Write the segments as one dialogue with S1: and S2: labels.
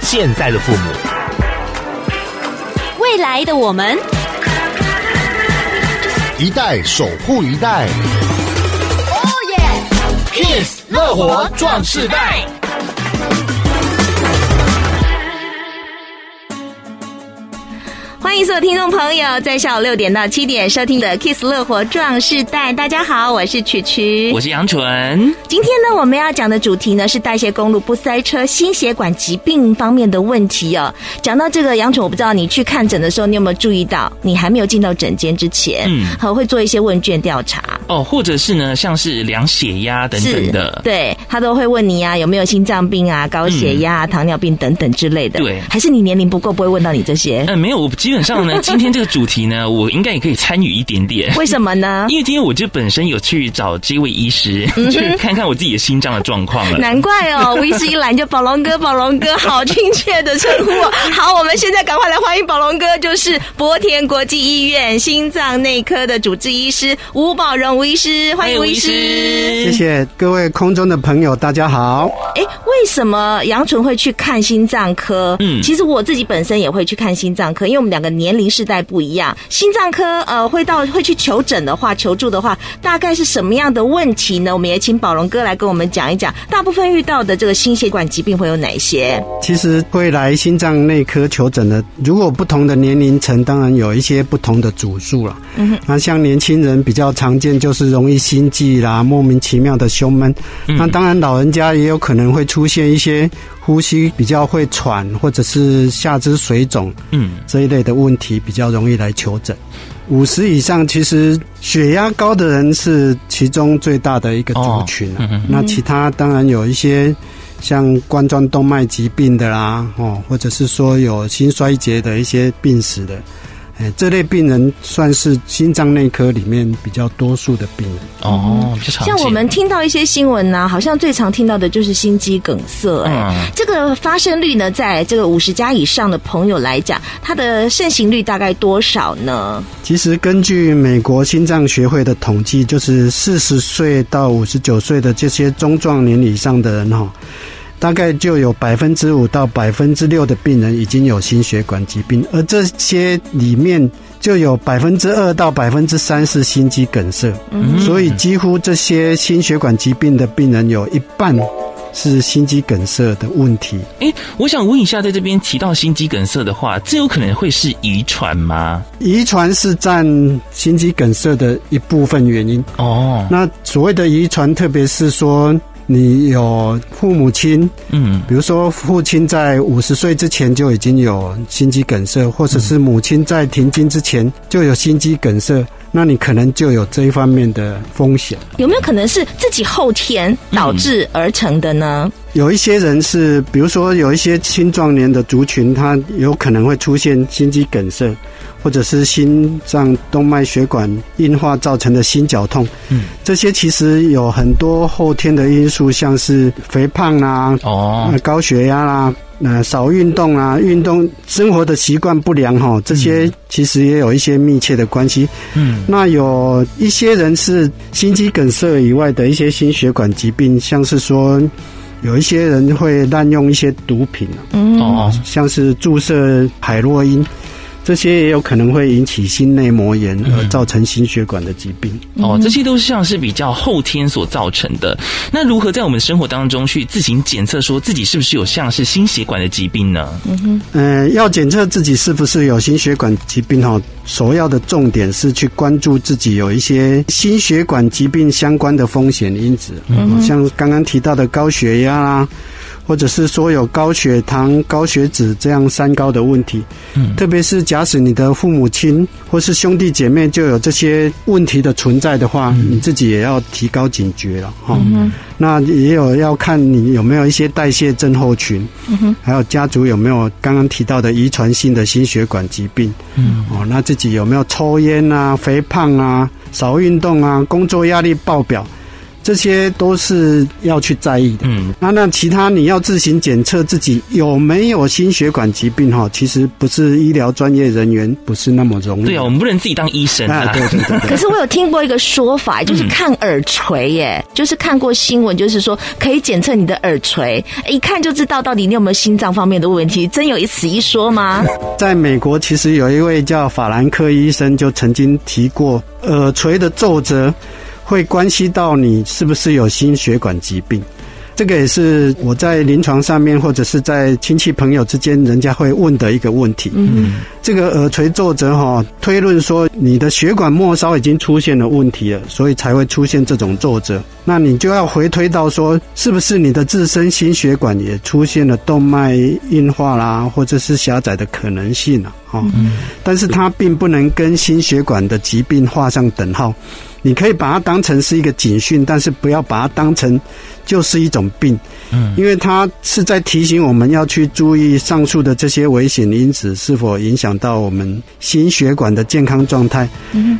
S1: 现在的父母，
S2: 未来的我们，
S3: 一代守护一代。Kiss 乐活壮士代。
S2: 欢迎所有听众朋友在下午六点到七点收听的《Kiss 乐活壮士代》。大家好，我是曲曲，
S4: 我是杨纯，
S2: 今天呢，我们要讲的主题呢是代谢公路不塞车、心血管疾病方面的问题哦。讲到这个，杨总，我不知道你去看诊的时候，你有没有注意到，你还没有进到诊间之前，
S4: 嗯
S2: 好会做一些问卷调查。
S4: 哦，或者是呢，像是量血压等等的，
S2: 对他都会问你啊，有没有心脏病啊、高血压、啊、糖尿病等等之类的。
S4: 嗯对
S2: 还是你年龄不够，不会问到你这些
S4: 嗯、？没有，我基本上呢，今天这个主题呢，我应该也可以参与一点点。
S2: 为什么呢？
S4: 因为今天我就本身有去找这位医师、去看看我自己的心脏的状况 了。
S2: 难怪哦，我一直一来就宝龙哥，宝龙哥，好亲切的称呼 哦。好，我们现在赶快来欢迎宝龙哥，就是博田国际医院心脏内科的主治医师吴宝荣吴医师，欢迎吴医
S4: 哎
S2: 师。
S5: 谢谢各位空中的朋友，大家好。
S2: 哎，为什么杨纯会去看心脏科？
S4: 嗯
S2: 其实我自己本身也会去看心脏科，因为我们两个年龄世代不一样。心脏科呃，会到会去求诊的话，求助的话，大概是什么样的问题呢？我们也请宝龙哥来跟我们讲一讲，大部分遇到的这个心血管疾病会有哪些？
S5: 其实会来心脏内科求诊的，如果不同的年龄层，当然有一些不同的主诉啦。嗯哼，那像年轻人比较常见就是容易心悸啦，莫名其妙的胸闷。那当然老人家也有可能会出现一些呼吸比较会喘，或者是下肢水肿
S4: 嗯，
S5: 这一类的问题，比较容易来求诊。五十以上，其实血压高的人是其中最大的一个族群啊。
S4: 哦嗯嗯
S5: 那其他当然有一些像冠状动脉疾病的啦，哦，或者是说有心衰竭的一些病史的，哎，这类病人算是心脏内科里面比较多数的病人。
S4: 哦，比较常见
S2: 像我们听到一些新闻呢、啊好像最常听到的就是心肌梗塞、哎、
S4: 嗯
S2: 这个发生率呢，在这个五十加以上的朋友来讲，它的盛行率大概多少呢？
S5: 其实根据美国心脏学会的统计，就是四十岁到五十九岁的这些中壮年以上的人哈、大概就有百分之五到百分之六的病人已经有心血管疾病，而这些里面就有百分之二到百分之三是心肌梗塞，所以几乎这些心血管疾病的病人有一半是心肌梗塞的问题。
S4: 哎，我想问一下，在这边提到心肌梗塞的话，这有可能会是遗传吗？
S5: 遗传是占心肌梗塞的一部分原因，
S4: 哦，
S5: 那所谓的遗传，特别是说你有父母亲，
S4: 嗯，
S5: 比如说父亲在五十岁之前就已经有心肌梗塞，或者是母亲在停经之前就有心肌梗塞，那你可能就有这一方面的风险。
S2: 有没有可能是自己后天导致而成的呢？
S4: 嗯
S5: 有一些人是，比如说有一些青壮年的族群，他有可能会出现心肌梗塞，或者是心脏动脉血管硬化造成的心绞痛。
S4: 嗯，
S5: 这些其实有很多后天的因素，像是肥胖啦、
S4: 哦
S5: 呃，高血压啦、呃少运动啊、运动生活的习惯不良哈，这些其实也有一些密切的关系。
S4: 嗯，
S5: 那有一些人是心肌梗塞以外的一些心血管疾病，像是说有一些人会滥用一些毒品啊，
S4: 哦，
S5: 像是注射海洛因，这些也有可能会引起心内膜炎而造成心血管的疾病。
S4: 哦，这些都是像是比较后天所造成的。那如何在我们生活当中去自行检测，说自己是不是有像是心血管的疾病呢？
S5: 嗯，要检测自己是不是有心血管疾病哈，首要的重点是去关注自己有一些心血管疾病相关的风险因子，嗯、像刚刚提到的高血压啊啦、或者是说有高血糖、高血脂这样三高的问题。
S4: 嗯
S5: 特别是假使你的父母亲或是兄弟姐妹就有这些问题的存在的话，
S4: 嗯
S5: 你自己也要提高警觉了哈。那也有要看你有没有一些代谢症候群，
S4: 嗯
S5: 还有家族有没有刚刚提到的遗传性的心血管疾病。
S4: 嗯，
S5: 哦，那自己有没有抽烟啊、肥胖啊、少运动啊、工作压力爆表，这些都是要去在意的。
S4: 嗯，
S5: 那那其他你要自行检测自己有没有心血管疾病哈，其实不是医疗专业人员不是那么容易。
S4: 对啊，我们不能自己当医生
S5: 嗯啊，
S4: 啊。
S5: 对对对对
S2: 可是我有听过一个说法，就是看耳垂耶，就是看过新闻，就是说可以检测你的耳垂，哎一看就知道到底你有没有心脏方面的问题，真有一此一说吗？
S5: 在美国，其实有一位叫法兰克医生就曾经提过，耳垂的皱褶会关系到你是不是有心血管疾病。这个也是我在临床上面或者是在亲戚朋友之间，人家会问的一个问题。
S2: 嗯，
S5: 这个耳垂皱褶哈，推论说你的血管末梢已经出现了问题了，所以才会出现这种皱褶。那你就要回推到说，是不是你的自身心血管也出现了动脉硬化啦，或者是狭窄的可能性啊？哦，但是它并不能跟心血管的疾病画上等号。你可以把它当成是一个警讯，但是不要把它当成就是一种病。因为它是在提醒我们要去注意上述的这些危险因子是否影响到我们心血管的健康状态。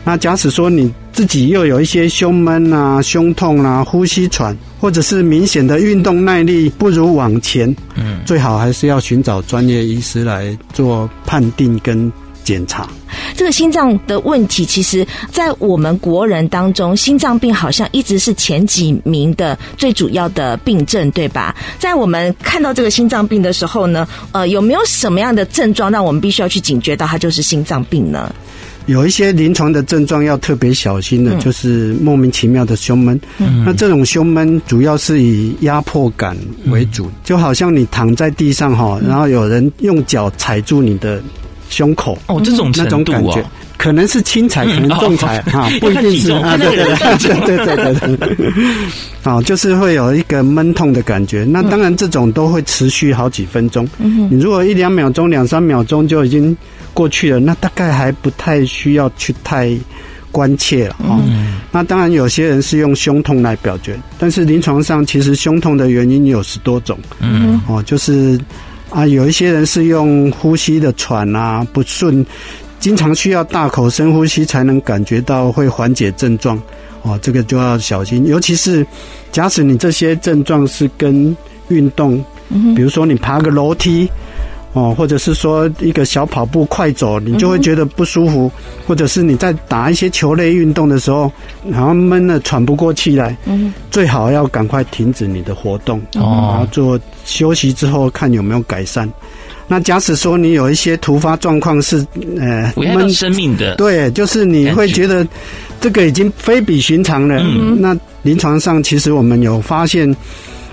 S5: 那假使说你自己又有一些胸闷啊、胸痛啊、呼吸喘，或者是明显的运动耐力不如往前，嗯，最好还是要寻找专业医师来做判定跟检查。
S2: 这个心脏的问题，其实在我们国人当中，心脏病好像一直是前几名的最主要的病症，对吧？在我们看到这个心脏病的时候呢，呃，有没有什么样的症状让我们必须要去警觉到它就是心脏病呢？
S5: 有一些临床的症状要特别小心的，就是莫名其妙的胸闷。那这种胸闷主要是以压迫感为主，就好像你躺在地上哈，然后有人用脚踩住你的胸口。
S4: 哦，这种
S5: 嗯那
S4: 程
S5: 种
S4: 度
S5: 感觉
S4: 哦，
S5: 可能是轻踩，可能重踩
S4: 嗯哦
S5: 哈，不一定是
S4: 要看
S5: 啊，
S4: 体
S5: 对
S4: 重
S5: 对
S4: 看体
S5: 对对对对对，好，就是会有一个闷痛的感觉。
S4: 嗯
S5: 那当然，这种都会持续好几分钟。你如果一两秒钟、两三秒钟就已经过去了，那大概还不太需要去太关切了哈。
S4: 嗯
S5: 那当然，有些人是用胸痛来表决，但是临床上其实胸痛的原因有十多种。
S4: 嗯，
S5: 哦，就是啊，有一些人是用呼吸的喘啊不顺，经常需要大口深呼吸才能感觉到会缓解症状。哦，这个就要小心，尤其是假使你这些症状是跟运动，比如说你爬个楼梯。哦，或者是说一个小跑步快走，你就会觉得不舒服，或者是你在打一些球类运动的时候，然后闷了喘不过气来，最好要赶快停止你的活动，
S4: 哦
S5: 然后做休息之后看有没有改善。那假使说你有一些突发状况是呃
S4: 危害到生命的，
S5: 对，就是你会觉得这个已经非比寻常了。
S4: 嗯
S5: 那临床上其实我们有发现，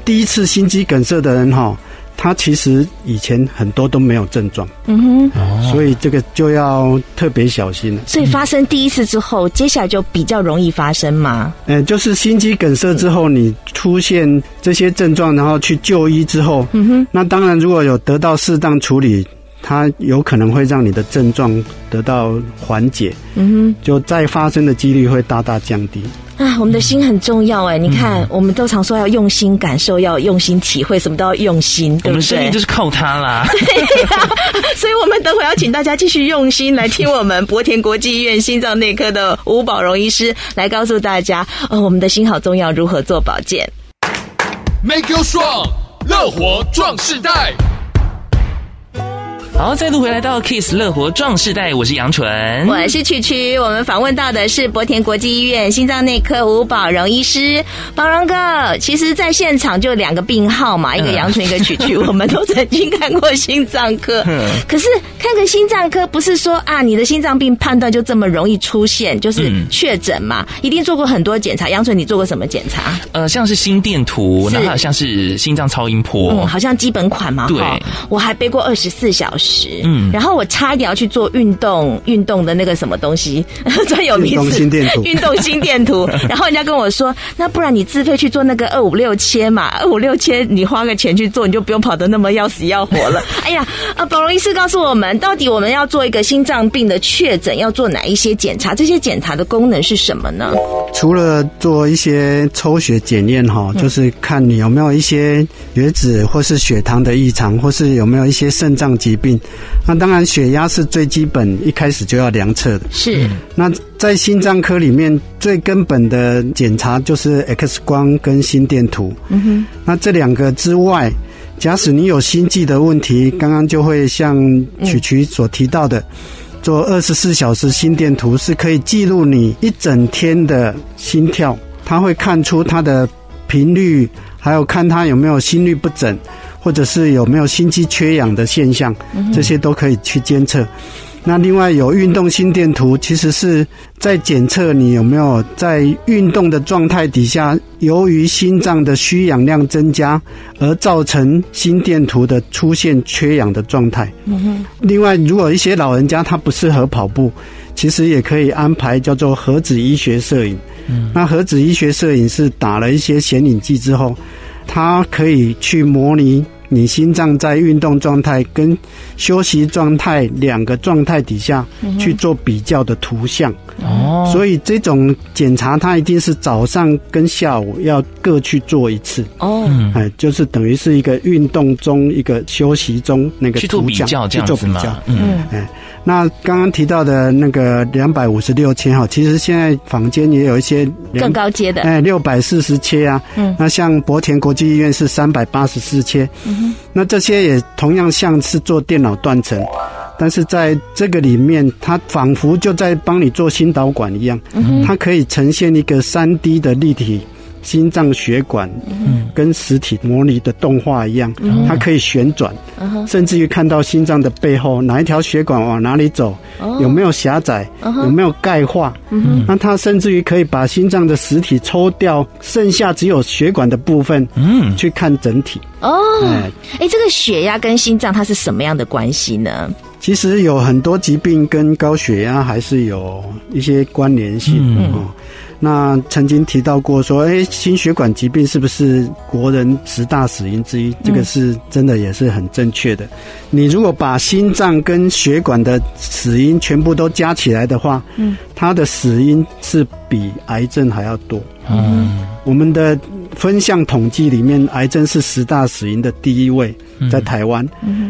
S5: 第一次心肌梗塞的人哈，他其实以前很多都没有症状，
S2: 嗯哼，
S5: 所以这个就要特别小心了。
S2: 所以发生第一次之后，接下来就比较容易发生嘛。
S5: 嗯，就是心肌梗塞之后，你出现这些症状，然后去就医之后，
S2: 嗯哼，
S5: 那当然如果有得到适当处理，它有可能会让你的症状得到缓解，
S2: 嗯
S5: 就再发生的几率会大大降低。
S2: 哼，啊，我们的心很重要哎，你
S4: 嗯
S2: 看，我们都常说要用心感受，要用心体会，什么都要用心，
S4: 我
S2: 对不
S4: 们生
S2: 对
S4: 命就？是靠它 啦。
S2: 所以，我们等会要请大家继续用心来听我们博田国际医院心脏内科的吴宝荣医师来告诉大家，呃，我们的心好重要，如何做保健。
S3: Make you strong，乐活壮士代。
S4: 好，再度回来到 Kiss 乐活壮士代，我是杨纯，
S2: 我是曲曲，我们访问到的是博田国际医院心脏内科吴宝荣医师。宝荣哥，其实在现场就两个病号嘛，一个杨纯，一个曲曲，我们都曾经看过心脏科。可是看个心脏科，不是说啊，你的心脏病判断就这么容易出现，就是
S4: 嗯
S2: 确诊嘛，一定做过很多检查。杨纯，你做过什么检查？
S4: 呃，像是心电图，
S2: 是
S4: 然后还有像是心脏超音
S2: 嗯，
S4: 波，
S2: 好像基本款嘛。
S4: 哦对
S2: 哈我还背过二十四小时。
S4: 嗯
S2: 然后我差一点要去做运动，运动的那个什么东西 专有名词，
S5: 运动心电图
S2: 运动心电 图。然后人家跟我说，那不然你自费去做那个二五六切嘛，二五六切你花个钱去做，你就不用跑得那么要死要活 了。哎呀，啊，保罗医师告诉我们，到底我们要做一个心脏病的确诊，要做哪一些检查？这些检查的功能是什么呢？
S5: 除了做一些抽血检验哈，
S2: 嗯
S5: 就是看你有没有一些血脂或是血糖的异常，或是有没有一些肾脏疾病，那当然，血压是最基本，一开始就要量测的。
S2: 是
S5: 那在心脏科里面最根本的检查就是 X 光跟心电图。嗯哼。那这两个之外，假使你有心悸的问题，刚刚就会像曲曲所提到的，做二十四小时心电图是可以记录你一整天的心跳，它会看出它的频率，还有看它有没有心律不整，或者是有没有心肌缺氧的现象，这些都可以去监测。那另外有运动心电图，其实是在检测你有没有在运动的状态底下，由于心脏的需氧量增加而造成心电图的出现缺氧的状态。另外，如果一些老人家他不适合跑步，其实也可以安排叫做核子医学摄影。那核子医学摄影是打了一些显影剂之后，它可以去模拟你心脏在运动状态跟休息状态两个状态底下去做比较的图像。
S4: 嗯哦，
S5: 嗯所以这种检查它一定是早上跟下午要各去做一次，
S2: 哦，
S4: 嗯
S5: 哎，就是等于是一个运动中一个休息中那个
S4: 去做
S5: 图
S4: 比
S5: 像
S4: 较这
S5: 去
S4: 样
S5: 做
S4: 子
S5: 比
S4: 嘛
S5: 较。，
S4: 嗯，
S5: 那刚刚提到的那个两百五十六千哈，其实现在坊间也有一些200
S2: 更高阶的，
S5: 哎，六百四十切啊，
S2: 嗯
S5: 那像博田国际医院是三百八十四切，嗯、那这些也同样像是做电脑断层，但是在这个里面，它仿佛就在帮你做心导管一样，嗯、它可以呈现一个三 D 的立体。心脏血管跟实体模拟的动画一样，它可以旋转，甚至于看到心脏的背后哪一条血管往哪里走，有没有狭窄，有没有钙化，那它甚至于可以把心脏的实体抽掉，剩下只有血管的部分，
S4: 嗯，
S5: 去看整体。
S2: 哦，
S5: 哎，
S2: 哎，这个血压跟心脏它是什么样的关系呢？
S5: 其实有很多疾病跟高血压还是有一些关联性
S4: 嗯
S5: 哦。那曾经提到过说，哎，心血管疾病是不是国人十大死因之一？
S4: 嗯
S5: 这个是真的，也是很正确的。你如果把心脏跟血管的死因全部都加起来的话，嗯，它的死因是比癌症还要多。
S4: 嗯，
S5: 我们的分项统计里面，癌症是十大死因的第一位，
S4: 嗯
S5: 在台湾，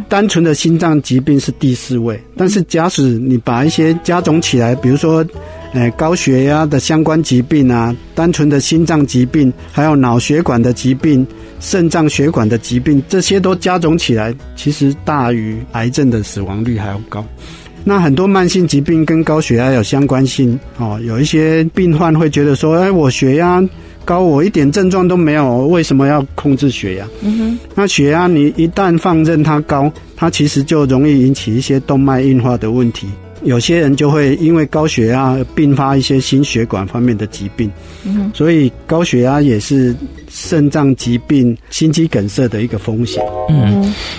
S5: 单纯的心脏疾病是第四位。但是，假使你把一些加总起来，比如说，呃，高血压的相关疾病啊，单纯的心脏疾病，还有脑血管的疾病、肾脏血管的疾病，这些都加总起来，其实大于癌症的死亡率还要高。那很多慢性疾病跟高血压有相关性哦，有一些病患会觉得说，哎，我血压高，我一点症状都没有，为什么要控制血压？嗯哼，那血压你一旦放任它高，它其实就容易引起一些动脉硬化的问题。有些人就会因为高血压而并发一些心血管方面的疾病，嗯、所以高血压也是肾脏疾病、心肌梗塞的一个风险。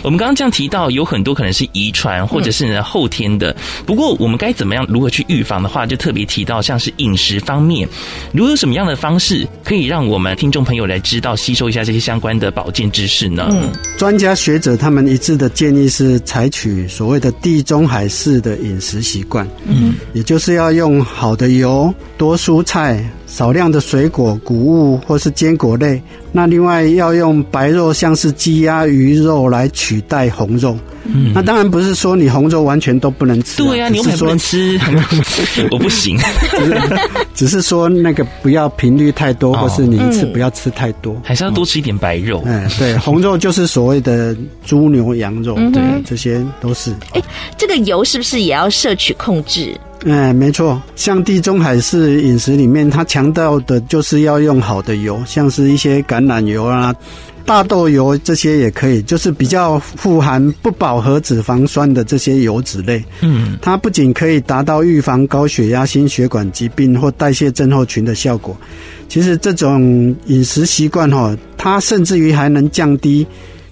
S4: 我们刚刚这样提到，有很多可能是遗传或者是呢后天的。不过，我们该怎么样如何去预防的话，就特别提到像是饮食方面，如果有什么样的方式可以让我们听众朋友来知道、吸收一下这些相关的保健知识呢？嗯，
S5: 专家学者他们一致的建议是采取所谓的地中海式的饮食习惯，嗯，也就是要用好的油、多蔬菜、少量的水果、谷物或是坚果类。那另外要用白肉，像是鸡鸭鱼肉来取代红肉。嗯，那当然不是说你红肉完全都不能吃、啊
S4: 对呀、啊
S5: 只
S4: 牛
S5: 是
S4: 排不
S5: 说
S4: 能吃， 我不行。
S5: 只是说那个不要频率太多，或是你一次不要吃太多。
S4: 还是要多吃一点白肉。
S5: 嗯，对，红肉就是所谓的猪牛羊肉，对，这些都是。
S2: 这个油是不是也要摄取控制？
S5: 哎，没错，像地中海式饮食里面，它强调的就是要用好的油，像是一些橄榄油啊、大豆油这些也可以，就是比较富含不饱和脂肪酸的这些油脂类。
S4: 嗯，
S5: 它不仅可以达到预防高血压、心血管疾病或代谢症候群的效果，其实这种饮食习惯哈、它甚至于还能降低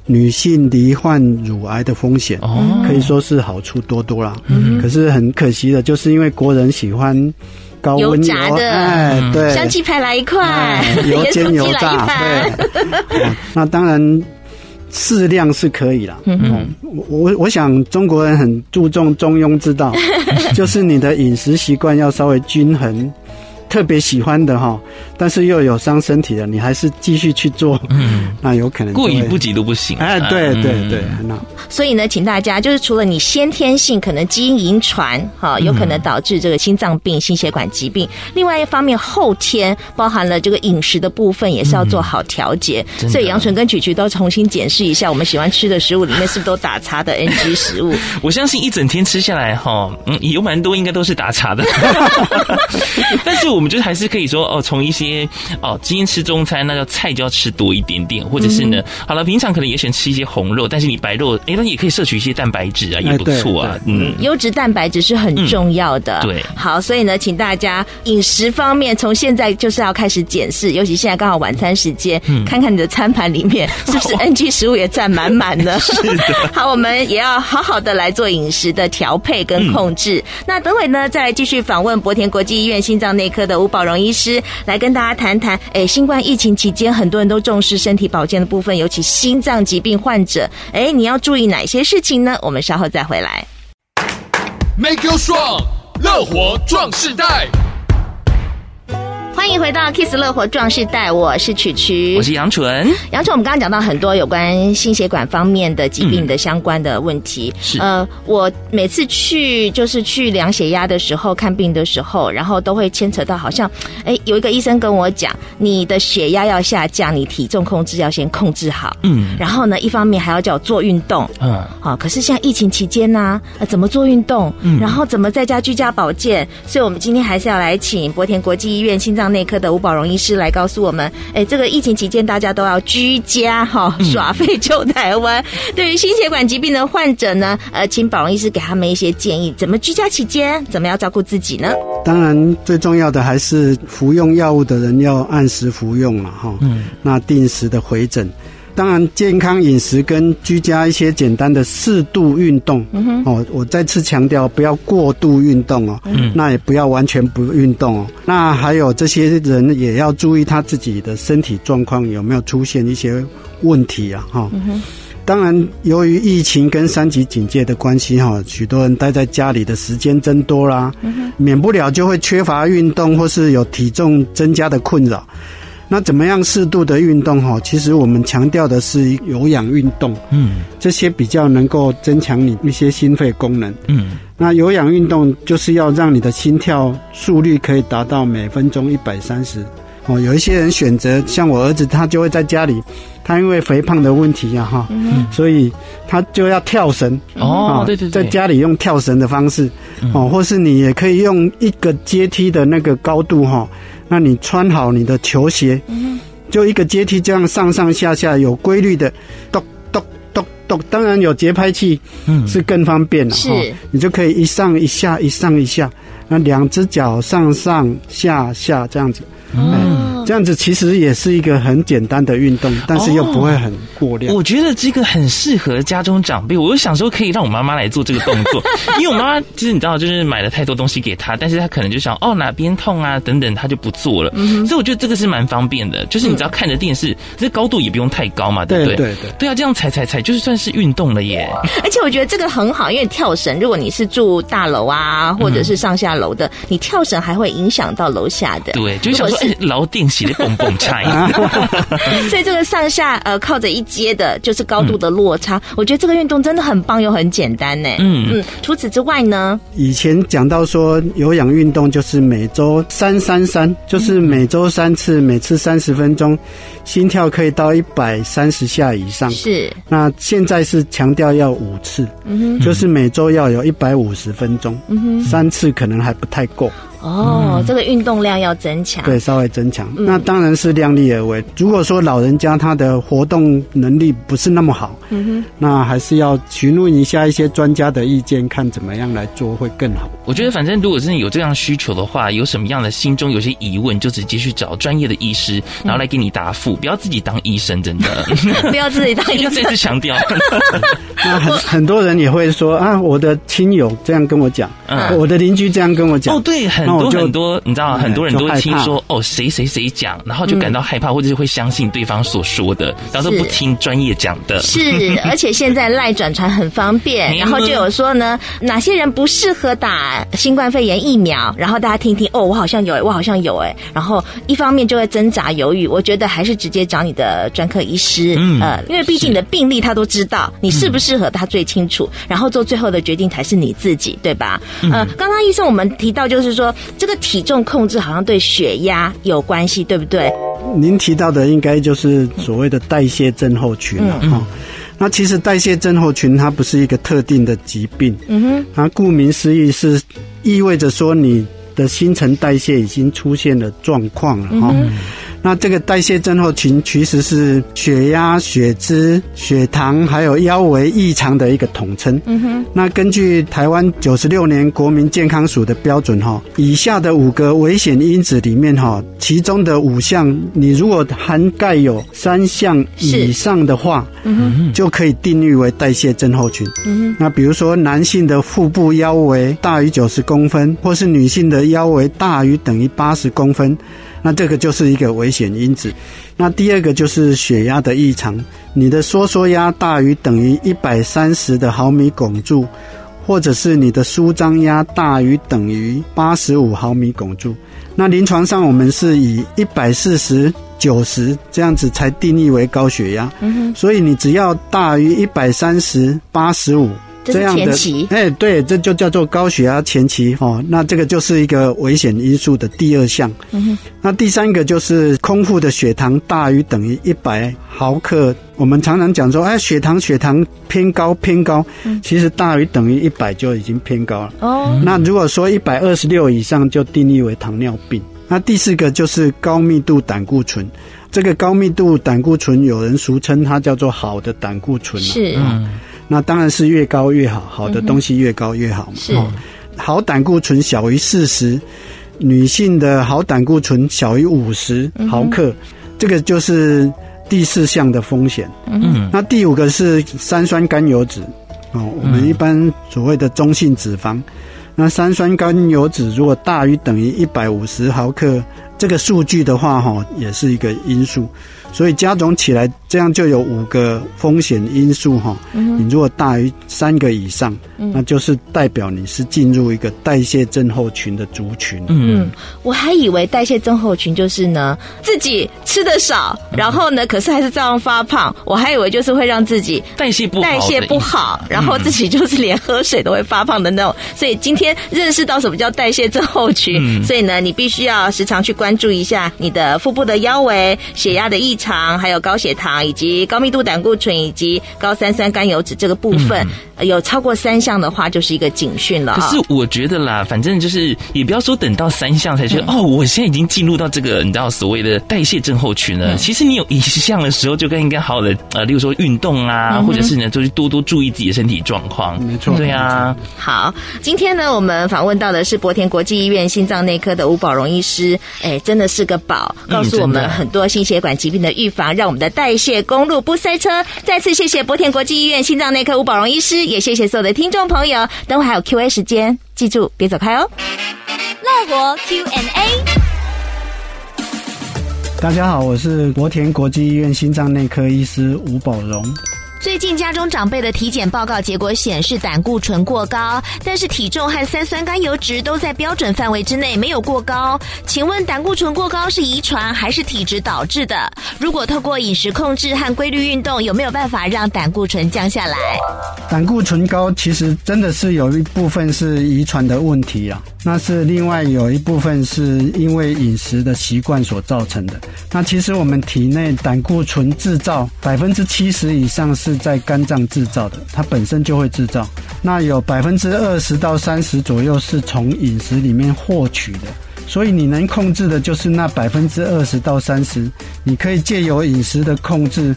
S5: 女性罹患乳癌的风险。
S4: 哦，
S5: 可以说是好处多多啦。
S2: 嗯
S5: 可是很可惜的，就是因为国人喜欢高
S2: 油
S5: 温
S2: 炸的
S5: 哎，对，
S2: 香鸡排来一块
S5: 哎，油
S2: 盐
S5: 煎
S2: 酥
S5: 油
S2: 鸡来一
S5: 炸，
S2: 盘，
S5: 对。哦那当然，适量是可以啦。嗯，我我我想中国人 很注重中庸之道，就是你的饮食习惯要稍微均衡。特别喜欢的哈，但是又有伤身体的，你还是继续去做，嗯，那有可能就
S4: 过
S5: 会
S4: 于不。及都不行。嗯
S5: 哎，对对对，很好。
S2: 所以呢，请大家就是除了你先天性可能基因遗传哈、有可能
S5: 嗯
S2: 导致这个心脏病、心血管疾病，另外一方面后天包含了这个饮食的部分也是要
S5: 嗯
S2: 做好调节。
S4: 真的
S2: 所以杨纯跟曲曲都重新检视一下，我们喜欢吃的食物里面是不是都打叉的 NG 食物？
S4: 我相信一整天吃下来，哈，嗯，有蛮多应该都是打 岔的，但是我们就还是可以说，哦，从一些哦，今天吃中餐，那叫菜就要吃多一点点，或者是
S5: 嗯
S4: 呢，好了，平常可能也喜欢吃一些红肉，但是你白肉，哎，那也可以摄取一些蛋白质啊，也
S5: 哎
S4: 不
S5: 对
S4: 错啊，
S5: 对
S4: 嗯，
S2: 优质蛋白质是很重要
S4: 嗯
S2: 的。
S4: 对
S2: 好，所以呢，请大家饮食方面从现在就是要开始检视，尤其现在刚好晚餐时间，看看你的餐盘里面 是不是 NG 食物也占满满的。是的。 好，我们也要好好的来做饮食的调配跟控制。那等会呢，再来继续访问博田国际医院心脏内科的吴宝荣医师，来跟大家谈谈，哎，新冠疫情期间，很多人都重视身体保健的部分，尤其心脏疾病患者，哎，你要注意哪些事情呢？我们稍后再回来。
S3: ，Make you strong，乐活壮士代。
S2: 欢迎回到 Kiss 乐活壮士带，我是曲曲，
S4: 我是杨纯，
S2: 杨总，我们刚刚讲到很多有关心血管方面的疾病的相关的问题。
S4: 嗯是
S2: 呃，我每次去就是去量血压的时候、看病的时候，然后都会牵扯到好像，哎，有一个医生跟我讲，你的血压要下降，你体重控制要先控制好。
S4: 嗯
S2: 然后呢，一方面还要叫我做运动。
S4: 嗯，
S2: 好、啊可是像疫情期间呢、呃，怎么做运动，
S4: 嗯
S2: 然后怎么在家居家保健，所以我们今天还是要来请博田国际医院心脏内科的吴宝荣医师来告诉我们，哎，这个疫情期间大家都要居家哈、
S4: 嗯
S2: 耍废救 台湾。对于心血管疾病的患者呢，呃，请宝荣医师给他们一些建议，怎么居家期间怎么样照顾自己呢？
S5: 当然，最重要的还是服用药物的人要按时服用了哈。嗯，那定时的回诊。当然，健康饮食跟居家一些简单的适度运动，嗯、哦，我再次强调，不要过度运动哦，嗯、那也不要完全不运动哦。那还有这些人也要注意他自己的身体状况有没有出现一些问题啊，哈、当然，由于疫情跟三级警戒的关系，哈，许多人待在家里的时间增多啦，免不了就会缺乏运动或是有体重增加的困扰。那怎么样适度的运动？哈，其实我们强调的是有氧运动，
S4: 嗯
S5: 这些比较能够增强你一些心肺功能。
S4: 嗯
S5: 那有氧运动就是要让你的心跳速率可以达到每分钟一百三十。哦，有一些人选择像我儿子，他就会在家里，他因为肥胖的问题呀、哈、所以他就要跳绳
S4: 哦
S5: 啊，
S4: 对对对，嗯
S5: 在家里用跳绳的方式哦，或是你也可以用一个阶梯的那个高度哈、那你穿好你的球鞋，
S4: 嗯
S5: 就一个阶梯这样上上下下有规律的咚咚咚咚，当然有节拍器
S4: 嗯
S5: 是更方便了
S2: 是
S5: 哈、你就可以一上一下一上一下，那两只脚上上下下这样子，哎
S2: 哦，
S5: 这样子其实也是一个很简单的运动，但是又
S4: 哦
S5: 不会很过量。
S4: 我觉得这个很适合家中长辈，我就想说可以让我妈妈来做这个动 作，因为我妈妈其实你知道，就是买了太多东西给她，但是她可能就想哦哪边痛啊等等，她就不做了。
S5: 嗯
S4: 所以我觉得这个是蛮方便的，就是你只要看着电视，这高度也不用太高嘛，对不
S5: 对
S4: 对？
S5: 对对。
S4: 对啊，这样踩踩踩，就是算是运动了耶。
S2: 而且我觉得这个很好，因为跳绳，如果你是住大楼啊，或者是上下楼的，你跳绳还会影响到楼下的。
S4: 对，就 想说
S2: 如果是
S4: 哎，老电洗的蹦蹦菜，
S5: 啊
S2: 所以这个上下呃靠着一阶的，就是高度的落差。我觉得这个运动真的很棒又很简单呢。
S4: 嗯
S2: 嗯，除此之外呢，
S5: 以前讲到说有氧运动就是每周三三三，就是每周三次，每次三十分钟，心跳可以到一百三十下以上。
S2: 是
S5: 那现在是强调要五次，就是每周要有一百五十分钟，三次可能还不太够，
S2: 哦，这个运动量要增强。
S5: 对，稍微增强。那当然是量力而为。如果说老人家他的活动能力不是那么好，那还是要询问一下一些专家的意见，看怎么样来做会更好。
S4: 我觉得反正如果真的有这样需求的话，有什么样的心中有些疑问，就直接去找专业的医师，然后来给你答复，不要自己当医生，真 的。
S2: 不要自己 当医
S4: 要
S2: 生
S4: 再。次强调，
S5: 那很很多人也会说啊，我的亲友这样跟我讲，
S4: 嗯
S5: 我的邻居这样跟我讲。
S4: 哦，对，很很
S5: 那
S4: 多
S5: 我就
S4: 很多，你知道，
S5: 嗯
S4: 很多人
S5: 就
S4: 都会
S5: 害
S4: 听
S5: 怕嗯
S4: 说哦，谁谁谁讲，然后就感到害怕，或者是会相信对方所说的，然后都不
S2: 是
S4: 听专业讲的。
S2: 是，而且现在赖转传很方便，
S4: 没
S2: 然后
S4: 错
S2: 就有说呢，哪些人不适合打新冠肺炎疫苗，然后大家听听，哦，我好像有、欸，我好像有、欸，然后一方面就会挣扎犹豫，我觉得还是直接找你的专科医师，
S4: 嗯
S2: 呃，因为毕竟你的病历他都知道，你适不适合他最清楚，然后做最后的决定才是你自己，对吧？呃，刚刚医生我们提到就是说，这个体重控制好像对血压有关系，对不对？
S5: 您提到的应该就是所谓的代谢症候群了、
S4: 嗯
S5: 哈。那其实代谢症候群它不是一个特定的疾病，
S2: 嗯哼，
S5: 它啊顾名思义是意味着说你的新陈代谢已经出现了状况了哈、那这个代谢症候群其实是血压、血脂、血糖还有腰围异常的一个统称。嗯哼。那根据台湾九十六年国民健康署的标准哈，以下的五个危险因子里面哈，其中的五项你如果涵盖有三项以上的话，就可以定义为代谢症候群。那比如说男性的腹部腰围大于九十公分，或是女性的腰围大于等于八十公分，那这个就是一个危险因子。那第二个就是血压的异常，你的收缩压大于等于一百三十的毫米汞柱，或者是你的舒张压大于等于八十五毫米汞柱。那临床上我们是以一百四十。九十这样子才定义为高血压，
S2: 嗯
S5: 所以你只要大于一百三十八十五
S2: 这是
S5: 这样的
S2: 前期，
S5: 哎、对，这就叫做高血压前期哦。那这个就是一个危险因素的第二项。
S2: 嗯
S5: 那第三个就是空腹的血糖大于等于一百毫克。我们常常讲说，哎，血糖血糖偏高偏高，
S2: 嗯
S5: 其实大于等于一百就已经偏高了。
S2: 哦，
S5: 那如果说一百二十六以上，就定义为糖尿病。那第四个就是高密度胆固醇，这个高密度胆固醇有人俗称它叫做好的胆固醇、啊，
S2: 哦是嗯
S5: 那当然是越高越好，好的东西越高越好嘛。
S2: 是。
S5: 好胆固醇小于四十，女性的好胆固醇小于五十毫克，这个就是第四项的风险。
S4: 嗯，
S5: 那第五个是三酸甘油脂，哦，我们一般所谓的中性脂肪。那三酸甘油脂如果大于等于一百五十毫克这个数据的话，哈、也是一个因素。所以加总起来，这样就有五个风险因素哈、你如果大于三个以上，那就是代表你是进入一个代谢症候群的族群。
S2: 嗯，我还以为代谢症候群就是呢，自己吃的少，
S4: 嗯
S2: 然后呢，可是还是照样发胖。我还以为就是会让自己
S4: 代谢不好的嗯
S2: 代
S4: 意思，
S2: 谢不好，然后自己就是连喝水都会发胖的那种。所以今天认识到什么叫代谢症候群，
S4: 嗯
S2: 所以呢，你必须要时常去关注一下你的腹部的腰围、血压的异常，还有高血糖以及高密度胆固醇以及高三酸甘油脂这个部分，呃有超过三项的话，就是一个警讯了、啊。
S4: 嗯可是我觉得啦，反正就是也不要说等到三项才觉
S5: 嗯
S4: 得、哦，我现在已经进入到这个你知道所谓的代谢症候群
S5: 嗯
S4: 了。其实你有一项的时候，就该应该好好的呃，例如说运动啊，或者是呢，就是多多注意自己的身体状况。
S5: 嗯没错
S4: 对啊，
S2: 好，今天呢，我们访问到的是博田国际医院心脏内科的吴宝荣医师，哎，真的是个宝，
S4: 嗯
S2: 告诉我
S4: 真
S2: 们
S4: 的
S2: 很多心血管疾病的预防，让我们的代谢公路不塞车。再次谢谢博田国际医院心脏内科吴宝荣医师，也谢谢所有的听众朋友。等会还有 Q&A 时间，记住别走开哦。
S1: 乐活 Q&A。
S5: 大家好，我是国田国际医院心脏内科医师吴宝荣。
S1: 最近家中长辈的体检报告结果显示胆固醇过高，但是体重和三酸甘油脂都在标准范围之内，没有过高。请问胆固醇过高是遗传还是体质导致的？如果透过饮食控制和规律运动，有没有办法让胆固醇降下来？
S5: 胆固醇高其实真的是有一部分是遗传的问题啊，那是另外有一部分是因为饮食的习惯所造成的。那其实我们体内胆固醇制造百分之七十以上是在肝脏制造的，它本身就会制造。那有百分之二十到三十左右是从饮食里面获取的。所以你能控制的就是那百分之二十到三十，你可以借由饮食的控制，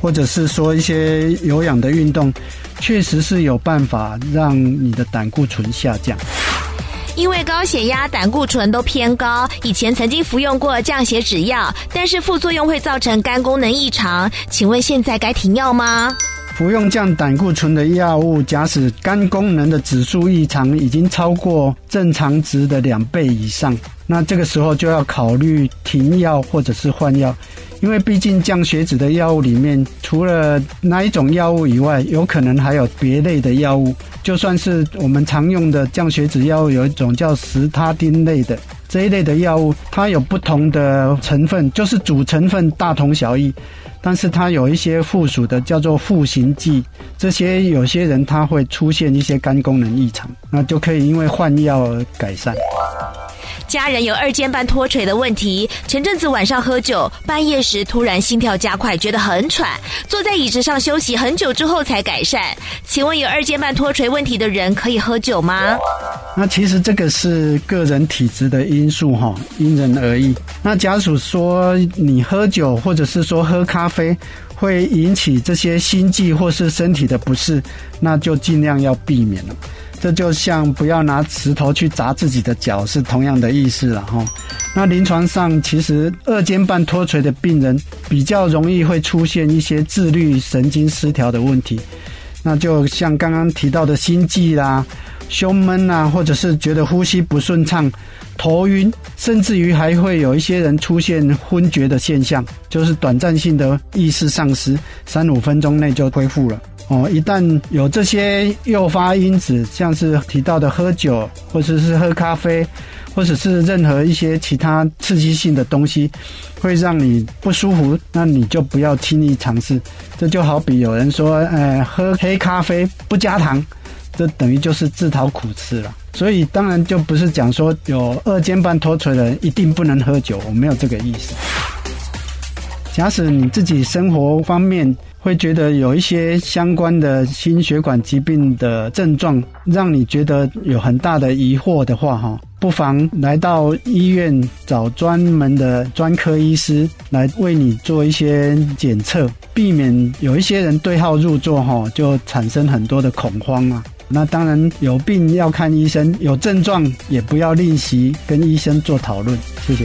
S5: 或者是说一些有氧的运动，确实是有办法让你的胆固醇下降。
S1: 因为高血压、胆固醇都偏高，以前曾经服用过降血脂药，但是副作用会造成肝功能异常。请问现在该停药吗？
S5: 服用降胆固醇的药物，假使肝功能的指数异常已经超过正常值的两倍以上，那这个时候就要考虑停药或者是换药，因为毕竟降血脂的药物里面，除了那一种药物以外，有可能还有别类的药物。就算是我们常用的降血脂药物，有一种叫石他汀类的这一类的药物，它有不同的成分，就是主成分大同小异。但是它有一些附属的叫做复形剂，这些有些人他会出现一些肝功能异常，那就可以因为换药而改善。
S1: 家人有二尖瓣脱垂的问题，前阵子晚上喝酒，半夜时突然心跳加快，觉得很喘，坐在椅子上休息很久之后才改善。请问有二尖瓣脱垂问题的人可以喝酒吗？
S5: 那其实这个是个人体质的因素哈，因人而异。那家属说你喝酒或者是说喝咖啡会引起这些心悸或是身体的不适，那就尽量要避免了。这就像不要拿石头去砸自己的脚是同样的意思了哈。那临床上其实二尖瓣脱垂的病人比较容易会出现一些自律神经失调的问题，那就像刚刚提到的心悸啦、胸闷啊，或者是觉得呼吸不顺畅、头晕，甚至于还会有一些人出现昏厥的现象，就是短暂性的意识丧失，三五分钟内就恢复了。哦，一旦有这些诱发因子，像是提到的喝酒，或者是喝咖啡，或者是任何一些其他刺激性的东西，会让你不舒服，那你就不要轻易尝试。这就好比有人说，呃，喝黑咖啡不加糖，这等于就是自讨苦吃了。所以当然就不是讲说有二尖瓣脱垂的人一定不能喝酒，我没有这个意思。假使你自己生活方面会觉得有一些相关的心血管疾病的症状，让你觉得有很大的疑惑的话，哈，不妨来到医院找专门的专科医师来为你做一些检测，避免有一些人对号入座，哈，就产生很多的恐慌啊。那当然有病要看医生，有症状也不要吝惜跟医生做讨论。谢谢。